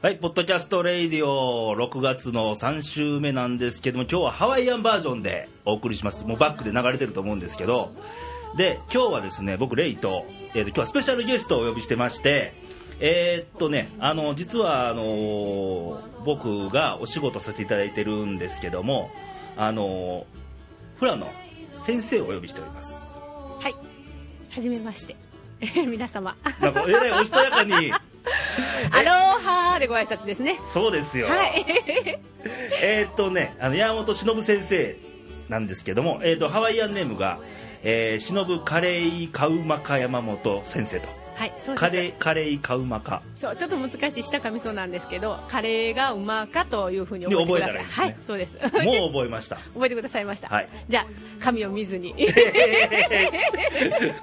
はい、ポッドキャストレイディオ6月の3週目なんですけども今日はハワイアンバージョンでお送りしますもうバックで流れてると思うんですけどで今日はですね僕レイと,、えーと今日はスペシャルゲストをお呼びしてましてえーっとねあの実はあのー僕がお仕事させていただいてるんですけどもあのーフラの先生をお呼びしておりますはい、はじめまして、 皆様、なんかえらいおしとやかにアロハーでご挨拶ですね。そうですよ、はい、えーっとねあの山本忍先生なんですけども、えーっとハワイアンネームが、えー、忍カレイカウマカ山本先生とはい、そうカでレカレイカウマカす。そう、ちょっと難しい下噛みそうなんですけど、カレーがうまかというふうに覚えてください。で覚はえい、そうです。 もう覚えました 覚えてくださいました。はいじゃあ、髪を見ずに。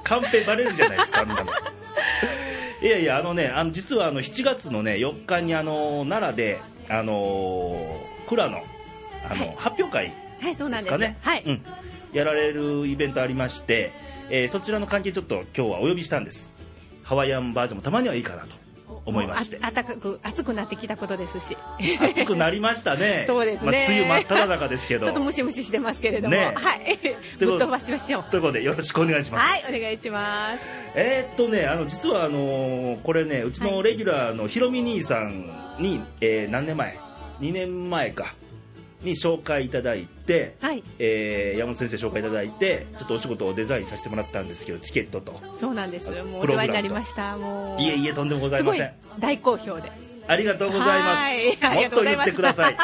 カンペバレるじゃないですかみんなもいやいやあのねあの実はあの7月のね4日にあの奈良であの蔵のあの、はい発表会 はい、そうなんでですす。かねはい、うん、やられるイベントありまして、えーそちらの関係ちょっと今日はお呼びしたんですハワイアンバージョンもたまにはいいかなと思いましてもうあ暖かく、暑くなってきたことですし。暑くなりました ねそうですねまあ、梅雨真っ只中ですけちどょっとムシムシしてますけれども、ねえはい、ぶといっうことで飛ばしましょう。ということでよろしくお願いします、はい、お願いします。えーっとねあの実はあのーこれねうちのレギュラーのひろみ兄さんに、えー何年前2年前かに紹介いただいて、はい、えー山本先生紹介いただいてちょっとお仕事をデザインさせてもらったんですけどチケットとそうなんです。もうプおログラムと世話になりました。もう。いえいえとんでもございすまごせいん大好評でありがとうございまはいす。ありもっがととうござ言いっまてすください。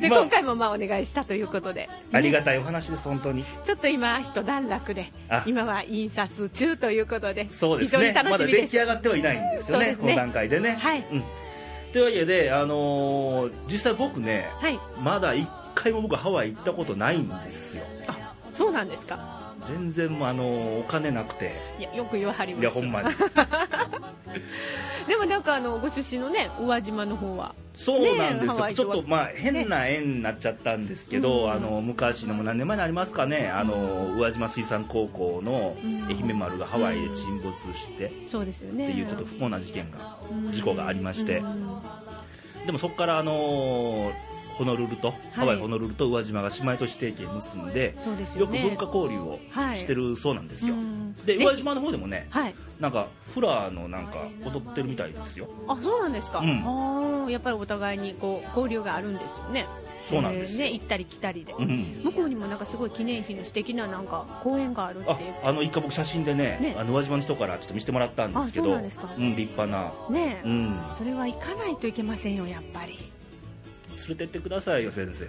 で、まあ今回もまあお願いしたということで、ありがたいお話です本当に。ちょっと今一段落であ今は印刷中ということでそうですね非常。にまだ楽しみ出で来す、上がってはいないんですよそうね。ですこねの段階でね。はいうん。というわけであのー実際僕ねはいまだ一回も僕ハワイ行ったことないんですよ。あそうなんですか全然もうあのーお金なくていやよく言わはりますいやほんまに。でもなんかあのご出身のね宇和島の方はそうなんでねえハすよ、ワイちとょっはとまあ変な縁になっちゃったんですけど、うんあの昔のもう何年前になりますかね、あの宇和島水産高校のうん愛媛丸がハワイで沈没してっそうですよてねいうちょっと不幸な事件が、うん事故がありましてうんでもそこからあのホノルルと、ハワイ、はいホノルルと宇和島が姉妹都市提携結んで、そうですよよくね文化交流をはいしてるそうなんですよ。うんでぜひ宇和島の方でもね、はいなんかフラーのなんか踊ってるみたいですよ。あそうなんですか、うんあーやっぱりお互いにこう交流があるんですよねそうなんですよえーね行ったり来たりで、うん向こうにもなんかすごい記念碑の素敵ななんか公園があるっていあうあの一回僕写真でねねあの宇和島の人からちょっと見せてもらったんですけどあそうなんですかうん、立派な、ねうえ、ん、連それは行かないといけませんよやっぱりれてってくださいよ先生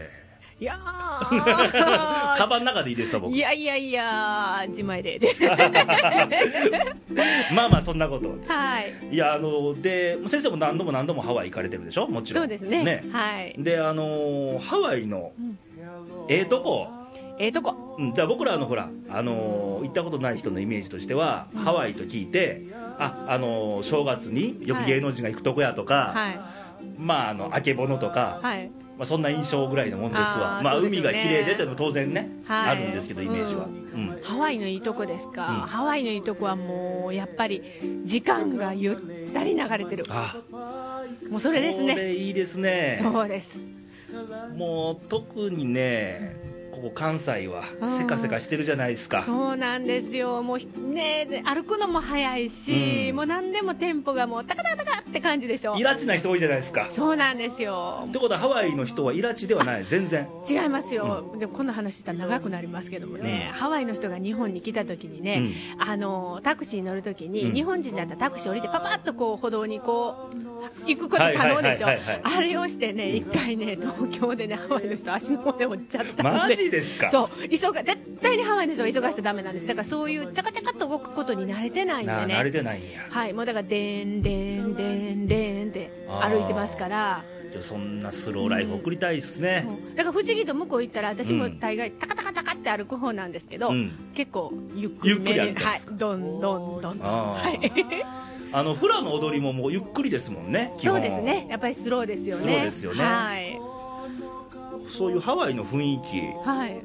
いや カーバンの中でいいですよ僕いやいやいや自前で まあまあそんなことはいいやあので先生も何度も何度もハワイ行かれてるでしょもちろんそうですねはいであのハワイのうんええとこ、ええとこうん、だから僕らあのほら、あの行ったことない人のイメージとしては、ハワイと聞いてあ、あの正月によく芸能人が行くとこやとか、はまああのあけぼのとかい、はいまあ、そんな印象ぐらいのもんですわあーまあ、そうです海よがね綺麗でってのも当然ね、はいあるんですけどイメージは、ううんんハワイのいいとこですか、うんハワイのいいとこはもうやっぱり時間がゆったり流れてるあもうそれですそねれいいですねそうですもう特にねここ関西はうんせかせかしてるじゃないですかそうなんですよもうひねで歩くのも早いし、うんもう何でもテンポがもうタカタカタカって感じでしょイラチな人多いじゃないですかそうなんですよってことはハワイの人はイラチではない全然違いますよ、でもこの話したら長くなりますけどもね、うハワイの人が日本に来た時にね、あのタクシーに乗る時に、うん日本人だったらタクシー降りてパパッとこう歩道にこう行くことはいはい可は能いはいでしょはいはいあれをしてね一回ね東京でねハワイの人足の骨折っちゃったんマジですかそう急が絶対にハワイの人は急がしてダメなんですだからそういうチャカチャカっと動くことに慣れてないんでなね慣れてないんやはいもうだからでんでんでんでんって歩いてますからでもそんなスローライフ送りたいですね、そうだから不思議と向こう行ったら私うもん大概タカタカタカって歩く方なんですけど、うん結構ゆっくりめにゆっくり歩いてるんはでいすどんどんどんとあはーい あのフラの踊りももうゆっくりですもんね基そ本うですねやっぱりスローですよねスローですよねはい、そういうハワイの雰囲気はい、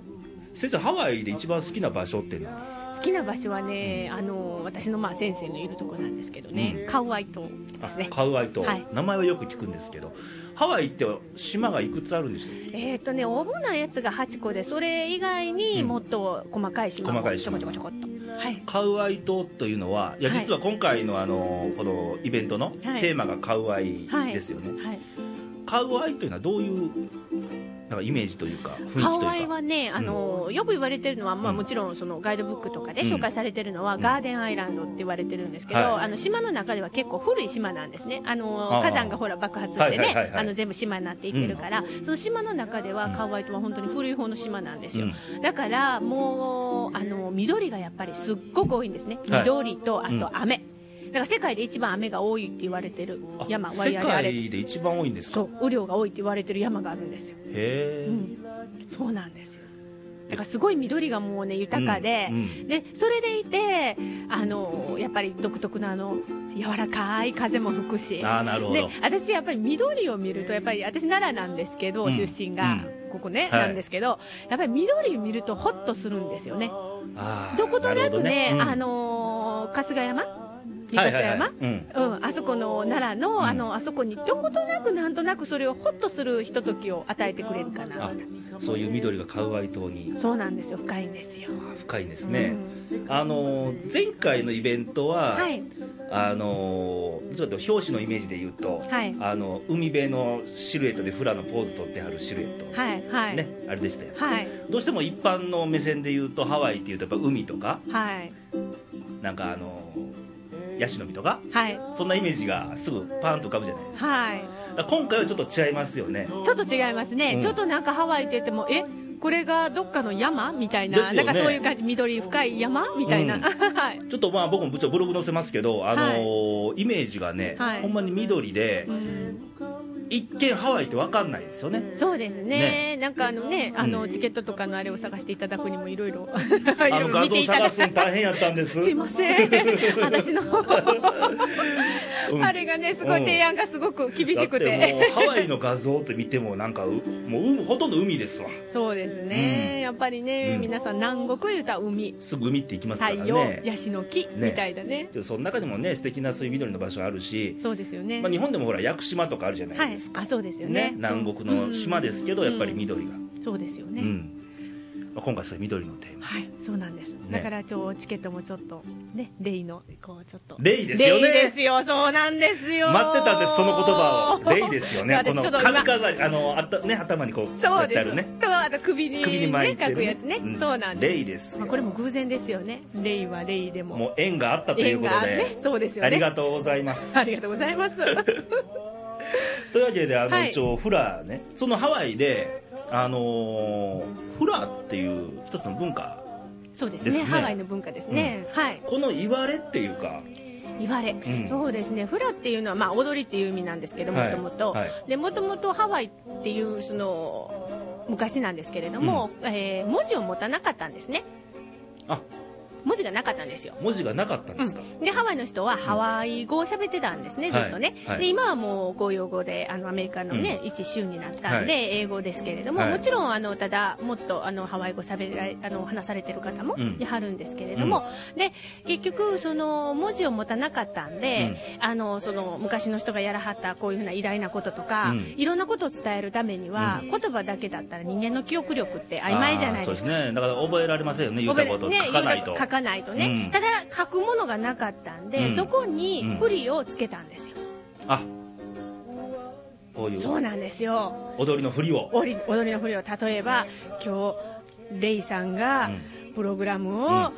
先生ハワイで一番好きな場所って何好きな場所はね、あの私のまあ先生のいるとこなんですけどね、カウアイ島ですねカウアイ島、はい名前はよく聞くんですけどハワイって島がいくつあるんですよえっ、とね主なやつが8個でそれ以外にもっと細かい島細かもいち島ょこちょこちょこっとはいカウアイ島というのはいやはい実は今回のあのこのイベントのはいテーマがカウアイですよね、はいカウアイというのはどういうなんかイメージというか雰囲気というハかワイはね、あのよく言われてるのは、まあ、うんもちろんそのガイドブックとかでうん紹介されてるのは、ガーデンアイランドって言われてるんですけど、はいあの島の中では結構古い島なんですねあのあー火山がほら爆発してはいはいはいねはいあの全部島になっていってるから、その島の中ではカワイ島は本当に古い方の島なんですよ、だからもうあの緑がやっぱりすっごく多いんですねはい緑とあうんと雨、だから世界で一番雨が多いって言われてるあ山世割合であれ界で一番多いんですかそう雨量が多いって言われてる山があるんですよへえ、うんそうなんですよなんかすごい緑がもうね豊かで,、うんうんでそれでいてあのやっぱり独特のあの柔らかい風も吹くしあーなるほどで私やっぱり緑を見るとやっぱり私奈良なんですけど、うん出身が、うここね、はいなんですけどやっぱり緑を見るとホッとするんですよねあーどことなくねるほどあうんのー春日山三は笠いは山、いはいうんうん、あそこの奈良の,、あのあそこにどことなくなんとなくそれをホッとするひとときを与えてくれるかあなそういう緑がカウアイ島にそうなんですよ深いんですよ深いんですね、あのー前回のイベントは、はいあのーちょっと表紙のイメージで言うと、はいあの海辺のシルエットでフラのポーズ取ってあるシルエット、はいはい、ね、あれでしたよはいどうしても一般の目線で言うとハワイっていうとやっぱ海とかはいなんかあのーヤシの実とかはいそんなイメージがすぐパーンと浮かぶじゃないですはいかだから今回はちょっと違いますよねちょっと違いますね、うんちょっとなんかハワイって言ってもえこれがどっかの山みたいな、ですよなねんかそういう感じ緑深い山みたいな、うん はいちょっとまあ僕も部長ブログ載せますけど、あのーイメージがね、はいほんまに緑で、うん一見ハワイって分かんないですよねそうですねなんかあのねあの、うチケットとかのあれを探していただくにもいろいろ あ の画像探すの大変やったんですすい ません私のうんあれがねすごい提案がすごく厳しくだっててもうハワイの画像って見てもなんかうもううほとんど海ですわそうですね、うんやっぱりね、うん皆さん南国言うたら海すぐ海って行きますか太ら陽、ねヤシの木みたいだねでその中でもね素敵なそういう緑の場所あるし、そうですよね、まあ、日本でもほら屋久島とかあるじゃなはいでいすか、あそうですよね、ね南国の島ですすけど、うんやっぱり緑が、うんそうですようね、んまあ、今回そういう緑のテーマはいそうなんです、だからちょチケットもちょっとねレイのこうちょっとレイですよねレイですよそうなんですよ待ってたんですその言葉をレイですよね私こちょのっと今髪飾りあのあった、ね、頭にこうやそっうてであするねとあと首に,、ね、首に巻いて書るくねやつね、んそうなんですレイですよまあ、これも偶然ですよねレイはレイでももう縁があったということ縁があってでそうですよねありがとうございますありがとうございます というわけであの、はい一応フラねそのハワイであのーフラっていう一つの文化そうですでねすねハワイの文化ですね、はいこのいわれっていうか言われ、んそうですねフラっていうのは、まあ、踊りっていう意味なんですけどもはいともとはいもともとハワイっていうその昔なんですけれども、えー文字を持たなかったんですねあ文字がなかったんですよ文字がなかったんですか、でハワイの人はハワイ語を喋ってたんですね、ずっとね、はいはいで今はもう公用語であのアメリカの、ね一州になったんで、は英語ですけれども、はいもちろんあのただもっとあのハワイ語喋られあの話されてる方もうんいはるんですけれども、で結局その文字を持たなかったんで、あのその昔の人がやらはったこういうふうな偉大なこととか、うんいろんなことを伝えるためには、言葉だけだったら人間の記憶力って曖昧じゃないですあーそかうですねだから覚えられませんよね言ったことね書かないと、言うたこと書かないとね、うんただ書くものがなかったんで、うんそこに振りをつけたんですよ、あこういそううなんですよ踊りの振りを踊り踊りの振りを例えば今日レイさんがプログラムうんを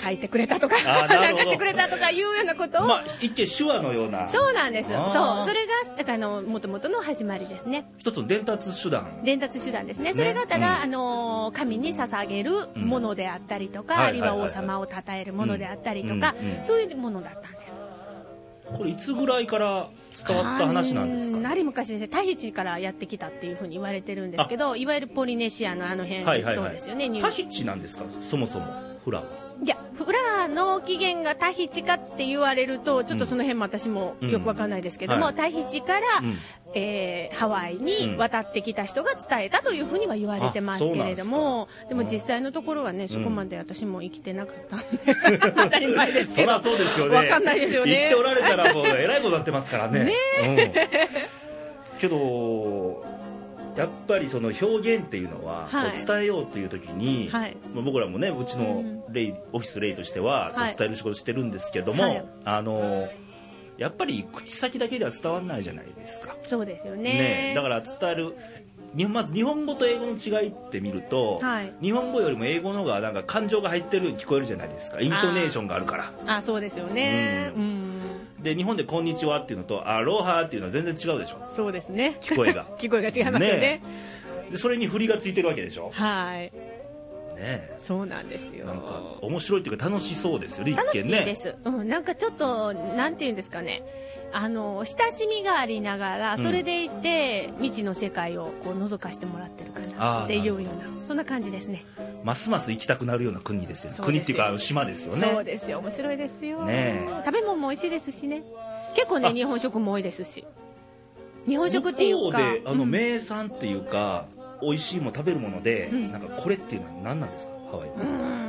書いてくれたとか、あーなるなほどんかしてくれたとかいうようなことを、まあ一見手話のようなそうなんですあそうーそれがだからあの元々の始まりですね一つの伝達手段伝達手段ですねねそれがたうんだ、あのー神に捧げるものであったりとか、うんあるいははいはい王はいはい様を称えるものであったりとか、うんうんそういうものだったんですこれいつぐらいから伝わった話なんですかあーなり昔ですねタヒチからやってきたっていうふうに言われてるんですけどいわゆるポリネシアのあの辺、はいはいそうはいですよねニュターヒチなんですかそもそもフラはいやフラーの起源がタヒチかって言われるとちょっとその辺も私もよくわかんないですけどうも、んタヒチから、うんえーハワイに渡ってきた人が伝えたというふうには言われてますけれどもでも実際のところはねそこまで私も生きてなかったんで、当たり前ですそけりどゃそうですよねわかんないですよね生きておられたらもうえらいことになってますからねうん、けどやっぱりその表現っていうのは、はいこう伝えようっていう時に、はいまあ僕らもねうちうのんレイ、オフィスレイとしては、そうはい伝える仕事してるんですけども、はいあのやっぱり口先だけでは伝わらないじゃないですかそうですよねねえだから伝える日本まず日本語と英語の違いって見ると、はい日本語よりも英語の方がなんか感情が入ってるように聞こえるじゃないですかイントネーションがあるからあそうですよねううんん、で日本で「こんにちは」っていうのと「アロハ」っていうのは全然違うでしょそうですね聞こえが 聞こえが違いますよねねでそれに振りがついてるわけでしょはいねえそうなんですよなんか面白いっていうか楽しそうですよね楽一しい見ねです、うん、なんかちょっとなんていうんですかねあの親しみがありながらうんそれでいて、未知の世界をこう覗かしてもらってるかなっていうようなそんな感じですねますます行きたくなるような国ですよねそうです国よっていうか島ですよねそうですよ面白いですよ、ね食べ物も美味しいですしね結構あね日本食も多いですし日本食ってい向こううかであのうん名産っていうか、美味しいもの食べるもので、んなんかこれっていうのは何なんですかハワイの、うん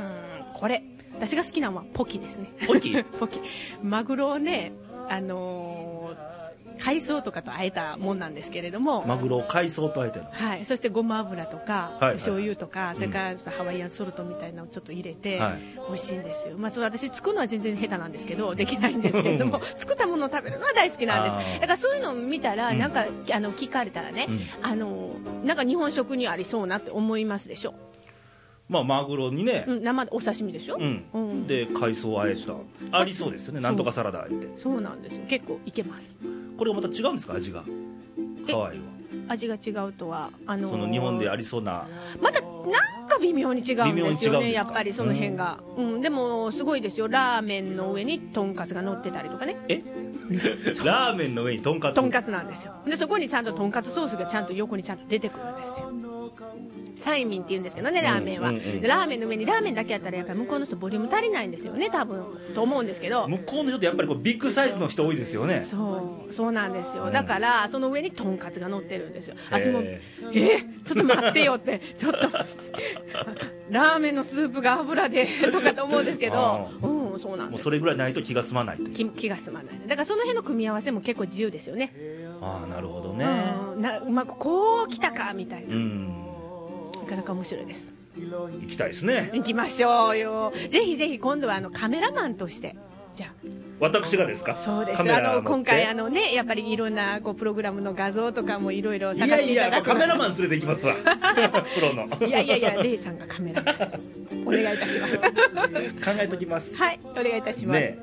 これ私が好きなのはポキですねポキポキマグロをねあのー海藻とかと和えたもんなんですけれども、マグロを海藻とあえてのはい、そしてごま油とか、はいはいお醤油とか、んそれからちょっとハワイアンソルトみたいなのをちょっと入れて、はい美味しいんですよ、まあ、そう私作るのは全然下手なんですけどできないんですけれども作ったものを食べるのは大好きなんであーすだからそういうのを見たらうんなんか、あの聞かれたらね、うあのなんか日本食にありそうなって思いますでしょ、まあマグロにねう、ん、生でお刺身でしょ、うんうんで海藻をあえたありそうですよねなんとかサラダあえてそうなんですよ結構いけますこれがまた違うんですか味がえハワイは味が違うとはあのーその日本でありそうなまたなんか微妙に違うんです微妙に違うよんですかねやっぱりその辺が、うんでもすごいですよラーメンの上にとんかつが乗ってたりとかねえラーメンの上にとんかつとんかつなんですよでそこにちゃんととんかつソースがちゃんと横にちゃんと出てくるんですよサイミンって言うんですけどねラーメンは、うんうんうんでラーメンの上にラーメンだけやったらやっぱり向こうの人ボリューム足りないんですよね多分と思うんですけど向こうの人ってやっぱりこうビッグサイズの人多いですよねそうそうなんですよ、うんだからその上にとんかつが乗ってるんですよへー私もえーちょっと待ってよってちょっと ラーメンのスープが油で とかと思うんですけあどうんそうなんもでうすそれぐらいないと気が済まないという気気が済まないだからその辺の組み合わせも結構自由ですよねああなるほどねうんなうまくこう来たかみたいなうんなかなか面白いです行きたいですね行きましょうよぜひぜひ今度はあのカメラマンとしてじゃあ私がですかそうですカメラあ持っのて今回あのねやっぱりいろんなこうプログラムの画像とかもいろいろい探やしいていたやだくカメランマン連れて行きます わプロのいやいやいやレイさんがカメラマンお願いいたします考えときますはいお願いいたします、ね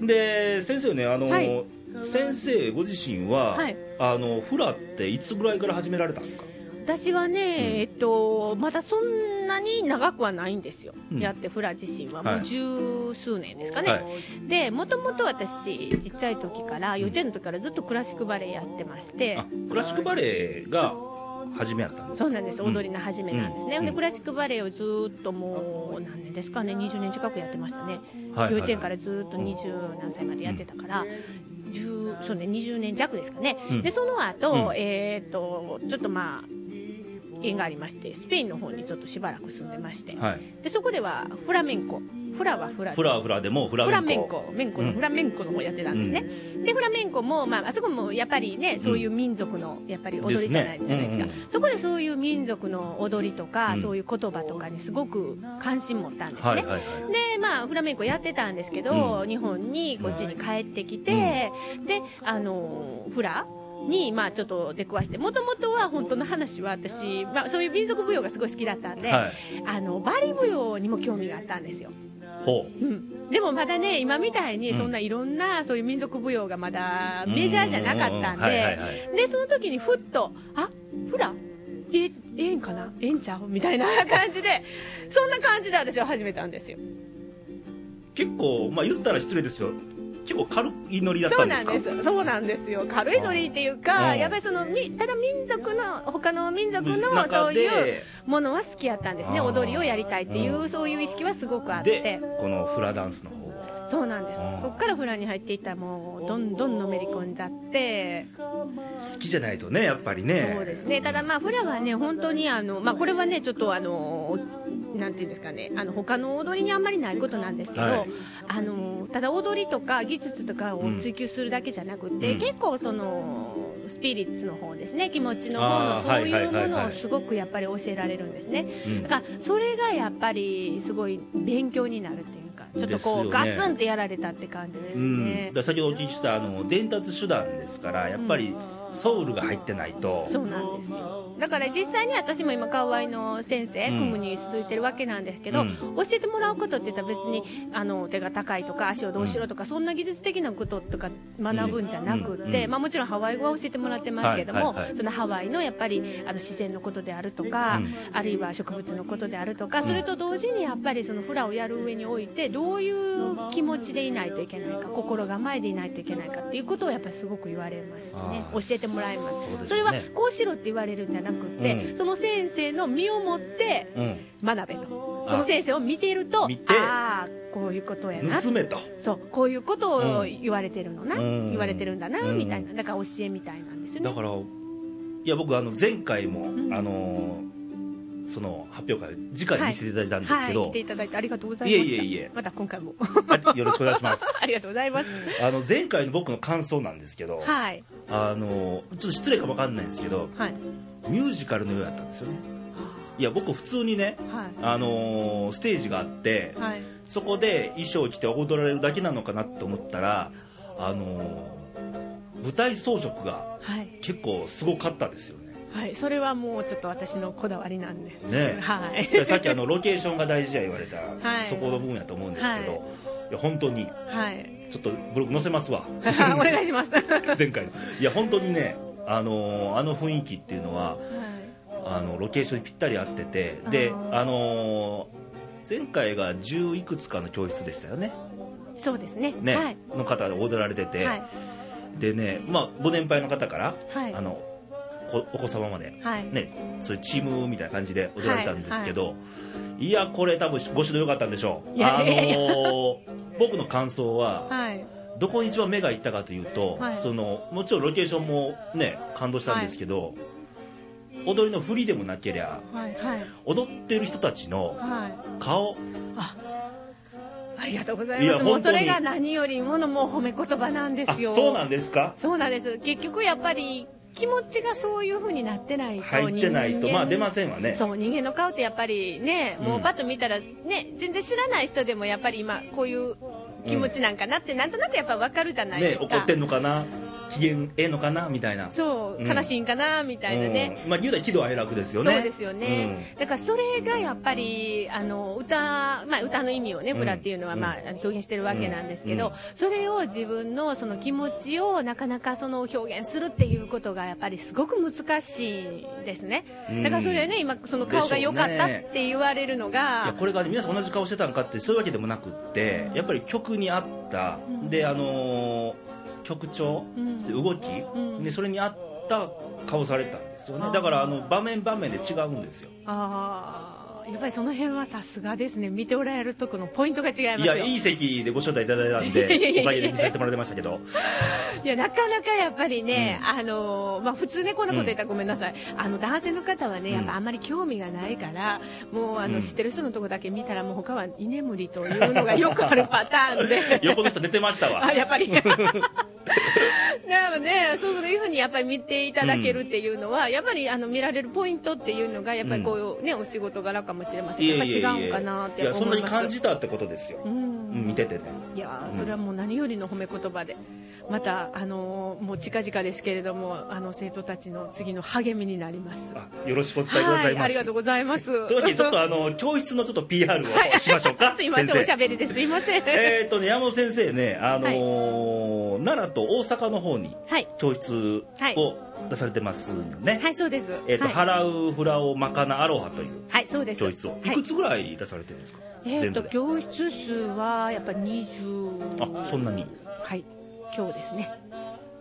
で先生ねあの、はい先生ご自身は、はいあのフラっていつぐらいから始められたんですか私はね、えっとまだそんなに長くはないんですよ、うんやってフラ自身ははいもう十数年ですかね、はいでもともと私ちっちゃい時から幼稚園の時からずっとクラシックバレエやってまして、あクラシックバレエが初めやったんですそかうなんです踊りの始めなんですね、うんでクラシックバレエをずーっともう何年ですかね20年近くやってましたね、はい幼稚園からずーっと20何歳までやってたから、10そうね、20年弱ですかね、うんでその後、うんえー、とちょっとまあ縁がありましてスペインの方にちょっとしばらく住んでまして、はいでそこではフラメンコフラはフラでフラはフラでもフラフラメメンコンコメンコうんのフラメンコの方やってたんですね、でフラメンコも、まあ、あそこもやっぱりねそういう民族のやっぱり踊りじゃない,、ですねじゃないですか、うんそこでそういう民族の踊りとか、うんそういう言葉とかにすごく関心持ったんですね、はいはいはいでまあフラメンコやってたんですけど、う日本にこっちに帰ってきて、であのフラにまあちょっと出くわしてもともとは本当の話は私、まあ、そういう民族舞踊がすごい好きだったんで、はいあのバリ舞踊にも興味があったんですよほううん、でもまだね今みたいにそんないろんなそういう民族舞踊がまだメジャーじゃなかったんうんうんうんうんはいはいはででその時にふっとあフラえええんかなええんちゃうみたいな感じでそんな感じで私は始めたんですよ結構まあ言ったら失礼ですけど結構軽いノリだっそたうんでなんすかですそうなんですよ軽いノリっていううかんやっぱりそのみただ民族の他の民族のそ中ういでうものは好きやったんですねあー踊りをやりたいっていううそういう意識はすごくあっでてこのフラダンスの方をそうなんですうんそっからフラに入っていったらもうどんどんのめり込んじゃって好きじゃないとねやっぱりねそうですねただまあフラはね本当にあの、まあ、これはねちょっとあのなんていうんですかねあの他の踊りにあんまりないことなんですけど、はいあのただ踊りとか技術とかを追求するだけじゃなくて、うん結構そのスピリッツの方ですね気持ちのあー方のそうはいいはういはもいはいのをすごくやっぱり教えられるんですね、うんだからそれがやっぱりすごい勉強になるっていうかちょっとこう、ですよねガツンってやられたって感じですうよん、ねだか、ら先ほどお聞きしたあの伝達手段ですからやっぱりソウルが入ってないと、そうなんですよだから実際に私も今河合の先生、うんクムに続いてるわけなんですけど、うん教えてもらうことって言ったら別にあの手が高いとか足をどうしろとか、そんな技術的なこととか学ぶんじゃなくて、うんうんまあ、もちろんハワイ語は教えてもらってますけども、はいはいはいそのハワイのやっぱりあの自然のことであるとか、うんあるいは植物のことであるとかそれと同時にやっぱりそのフラをやる上においてどういう気持ちでいないといけないか心構えでいないといけないかっていうことをやっぱりすごく言われますねあ教ーえてもらいますそうですねそれはこうしろって言われるんじゃなくて、うんその先生の身をもってうん、学べとその先生を見ていると見てああこういうことやな盗めとそうこういうことうをん言われてるのな、うん言われてるんだな、うんみたいなだから教えみたいなんですよねだからいや僕あの前回も、んあのその発表会次回見せていただいたんですけど、はい、来ていただいてありがとうございましたいえいえいえまた今回も はいよろしくお願いしますありがとうございますあの前回の僕の感想なんですけど、はいあのちょっと失礼か分かんないんですけどはいミュージカルのようやったんですよねいや僕普通にねはあのステージがあって、いはいそこで衣装を着て踊られるだけなのかなと思ったらあの舞台装飾がはい、結構すごかったですよね はい、それはもうちょっと私のこだわりなんですねえはいいやさっきあのロケーションが大事や言われた、はいそこの部分やと思うんですけど、はいい、や本当にはい ちょっとブログ載せますわお願いします、はい、 前回のいや本当にねあのーあの雰囲気っていうのはあのロケーションにぴったり合っててであーあのー前回が10いくつかの教室でしたよねそうですねね、はいの方で踊られてて、はいでね、まあ、ご年配の方から、はいあのこお子様まで、はい、ね、そういうチームみたいな感じで踊られたんですけど、いやこれ多分ご指導良かったんでしょういやあのいやいやー僕の感想ははいどこに一番目がいったかというと、はいそのもちろんロケーションも、ね、感動したんですけど、踊りの振りでもなけりゃはいはい踊ってる人たちのはい顔ありがとうございいまやすも本う当そにれが何よりものもう褒め言葉なんであすよそうなんですかそうなんです結局やっぱり気持ちがそういう風になってないと入ってないと人間まあ出ませんわねそう人間の顔ってやっぱりねもううんパッと見たらね、全然知らない人でもやっぱり今こういう気持ちなんかなって、なんとなくやっぱ分かるじゃないでねすか、怒ってんのかな機嫌ええのかなみたいなそううん悲しいんかなみたいなね、うんまあ言うたら喜怒哀楽ですよねそうですよね、だからそれがやっぱりあの歌、まあ、歌の意味をね、うんブラっていうのは、まあう、あの表現してるわけなんですけど、うんそれを自分のその気持ちをなかなかその表現するっていうことがやっぱりすごく難しいんですね、うんだからそれはね今その顔が良かったって言われるのいやが、これがね皆さん同じ顔してたんかってそういうわけでもなくってやっぱり曲に合った、うんであのー曲調、うん動き、んでそれに合った顔されたんですよねあーだからあの場面場面で違うんですよあーやっぱりその辺はさすがですね見ておられるとこのポイントが違いいますやよいい席でご招待いただいたんいやいやいでやおかげで見させてもらってましたけどいやなかなかやっぱりね、あのまあ、普通ねこんなこと言ったらごめんなさい、あの男性の方はねやっぱあんまり興味がないから、もうあの、うん知ってる人のとこだけ見たらもう他は居眠りというのがよくあるパタ ーンで横の人寝てましたわ あやっぱり だからねそういうふうにやっぱり見ていただけるっていうのは、やっぱりあの見られるポイントっていうのがやっぱりこういう、ねお仕事柄かもしれませんいやっぱやりい違やいやうんかなっていややっぱそん思ないにます感じたってことですよ、ううんん見ててねいやーそれはもう何よりの褒め言葉で、また、あのーもう近々ですけれどもあの生徒たちの次の励みになります。あよろしくお伝えくださいはまあしりがとうございます。というわけでちょっ とあの教室のちょっと PR をしましょうかすいません、先おし生ゃべりですいません。えーっとね、山本先生ね、あのーの奈良と大阪の方にはい教室はいを出されてますよね、はいそうですえーとはい、払うフラオマカナアロハというはいそうです教室をはいいくつぐらい出されてるんですか、えー、全と部で教室数はやっぱ20あそんなにはい今日ですね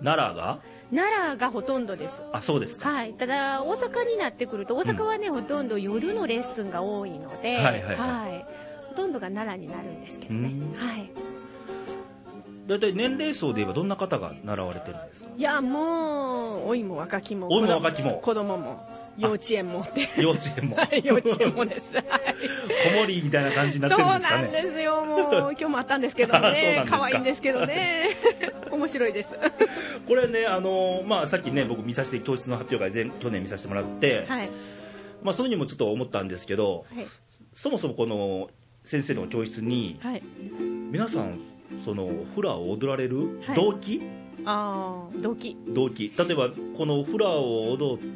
奈良が奈良がほとんどですあそうですか、はい、ただ大阪になってくると大阪はね、ほとんど夜のレッスンが多いので、はいはいはほとんどが奈良になるんですけどねうん、はい、大体年齢層で言えばどんな方が習われてるんですかいやもう老いも若きも老いも若きも子供も幼稚園もって 幼稚園も幼稚園もです、はい 子守みたいな感じになっそてうるんですかなんねですよもう今日もあったんですけど そうなねんですか可愛いんですけどね面白いですこれねあのーまあさっきね僕見させて教室の発表会前去年見させてもらって、はい、まあそれにもちょっと思ったんですけどはいそもそもこの先生の教室にはい、皆さんそのフラを踊られるはい動機、ああ動機動機例えばこのフラを踊る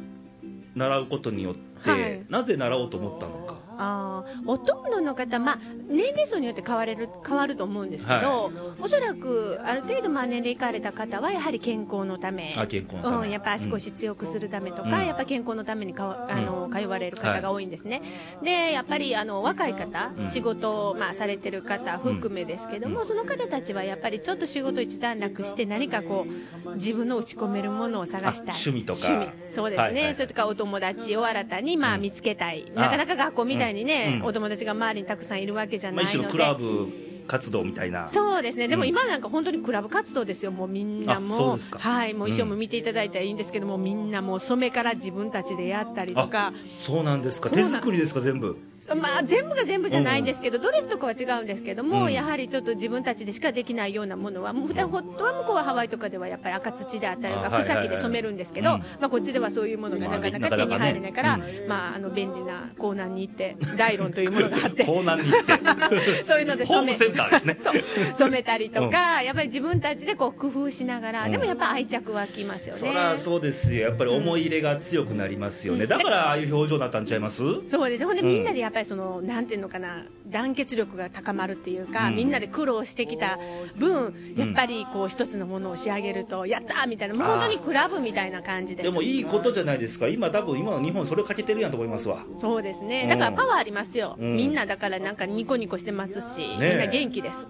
習うことによって、はいなぜ習おうと思ったのかあーほとんどの方、まあ、年齢層によって変われる変わると思うんですけど、おそらくある程度、まあ、年齢いかれた方はやはり健康のためあ健康のためうん、やっぱ足腰強くするためとか、うんやっぱ健康のためにかわあの通われる方が多いんですね、でやっぱりあの若い方、うん仕事を、まあ、されてる方含めですけども、その方たちはやっぱりちょっと仕事一段落して何かこう自分の打ち込めるものを探したいあ趣味とか趣味そうですね、はいはいはいそれとかお友達を新たに、まあ、見つけたい、あなかなか学校みたいにね、うんお友達が周りにたくさんいるわけじゃまあ、ない一種ののクで、ラブ活動みたいなそうですねでもうん今なんか本当にクラブ活動ですよ、もうみんなもあそうですかはい、もう衣装も見ていただいたらいいんですけども、みんなもう染めから自分たちでやったりとかあ。そうなんですかそうな手ん作りですか全部まあ、全部が全部じゃないんですけど、ドレスとかは違うんですけどうも、んやはりちょっと自分たちでしかできないようなものは、もう普段、ほっとは向こうはハワイとかではやっぱり赤土であったりとあか、はいはいはい草木で染めるんですけど、うんまあ、こっちではそういうものがなかなか手に入れないから、まあなかなまあ、あの便利なコーナーに行って、ダイロンというものがあって、港南に行って そういうのでホー染ムめセンターですね そう染めたりとか、やっぱり自分たちでこう工夫しながら、でもやっぱ愛着湧きますよね。そりゃそうですよやっぱり思い入れが強くなりますよね、うんだからああいう表情になったんちゃいますそうですほんでうんみんなでやっぱりその、なんていうのかな団結力が高まるっていうか、うんみんなで苦労してきた分やっぱりこう一つのものを仕上げると、やったーみたいなもうあー本当にクラブみたいな感じですでもいいことじゃないですか今多分今の日本それをかけてるやんと思いますわそうですねうんだからパワーありますよ、うんみんなだからなんかニコニコしてますし、ねえみんな元気です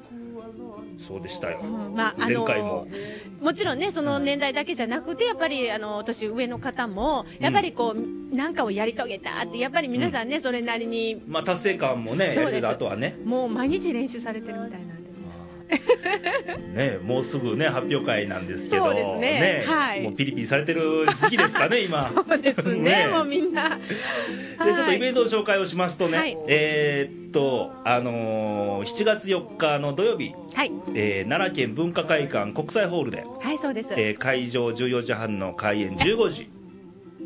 そうでしたよ、まああ前の回ももちろんねその年代だけじゃなくてやっぱりあの年上の方もやっぱりこう、なんかをやり遂げたってやっぱり皆さんね、それなりにまあ達成感もねそやうですれるあとはねもう毎日練習されてるみたいなんで皆さんねもうすぐね発表会なんですけどそうですねはいもうピリピリされてる時期ですかね今 そうですねねもうみんなでちょっとイベントの紹介をしますとね、はいえーっとあのー7月4日の土曜日、はい、えー奈良県文化会館国際ホールで、はい、そうです、えー会場14時半の開演15時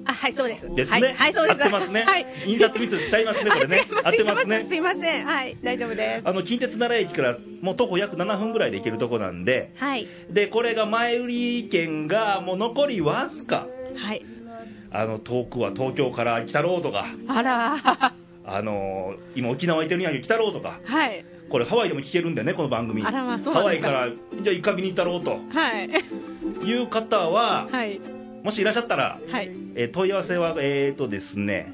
あはいそうですですね、はい、はい、そうです合ってますね、はい印刷見つちゃいますねこれね合 あっ違ていますねすいませんすいませんはい大丈夫ですあの近鉄奈良駅からもう徒歩約7分ぐらいで行けるとこなんではいでこれが前売り券がもう残りわずかはいあの遠くは東京から来たろうとかあらーあのー今沖縄いてるんやけど来たろうとかはいこれハワイでも聞けるんだよねこの番組あらまあそうハなんワでイすかからじゃあ一回見に行ったろうとはいいう方ははいもしいらっしゃったら、はいえー問い合わせはえっ、ー、とですね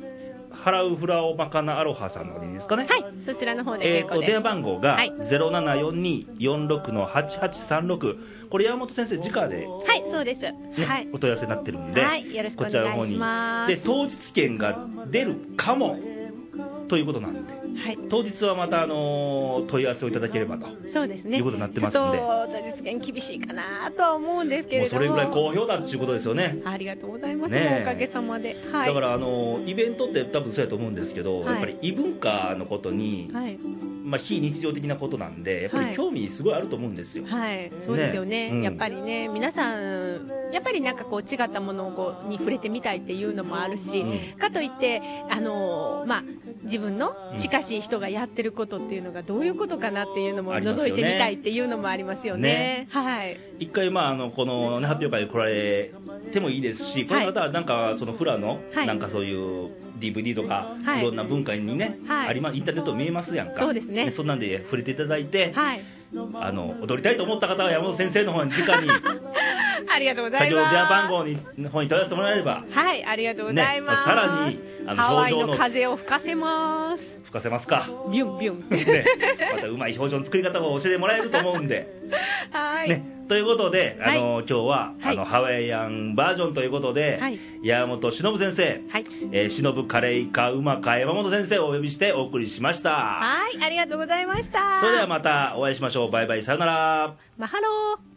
払うフラオマカナアロハさんの方でいいですかねはいそちらの方でえ結ー、構とです、電話番号がはい074246の8836これ山本先生直で、ねはいそうです、はいお問い合わせになってるんで、はいよろしくおこ願いちらの方にしますで当日券が出るかもということなんではい当日はまた、あのー問い合わせをいただければともそうですねいうことになってますんでちょっと実現厳しいかなとは思うんですけれうどもそれぐらい好評だっていうことですよね、ありがとうございます、ねえもうおかげさまではいだから、あのーイベントって多分そうやと思うんですけど、はいやっぱり異文化のことに、はいまあ、非日常的なことなんでやっぱはりい興味すごいあると思うんですよ、はい、そうですよね、ねうんやっぱりね、皆さん、やっぱりなんかこう違ったものをこうに触れてみたいっていうのもあるし、うかといって、あのーまあ、自分の近しい人がやってることっていうのがどういうことかなっていうのもありますよ覗ねいてみたいっていうのもありますよね。はい、一回、まあ、あのこの、ね、発表会に来られてもいいですし、これまたなんかそのフラの、はいなんかそういう DVD とか、はいい、ろんな文化にね、はいありまインターネット見えますやんかそうですねそんなんで触れていただいて、はい、あの踊りたいと思った方は山本先生の方に直 にありがとうござ先いほどます電話番号にの方に問い合わせてもらえればはいありがとうございます、ねさらにあのハワイ表情のの風を吹かせます吹かせますか、ビュンビュンね、またうまい表情の作り方を教えてもらえると思うんで。はい、ね、ということで、あの今日は、はあいのハワイアンバージョンということで、はい山本忍先生、はいえー、忍カレイカウマカ山本先生をお呼びしてお送りしましたはいありがとうございましたそれではまたお会いしましょうバイバイさよならマハロー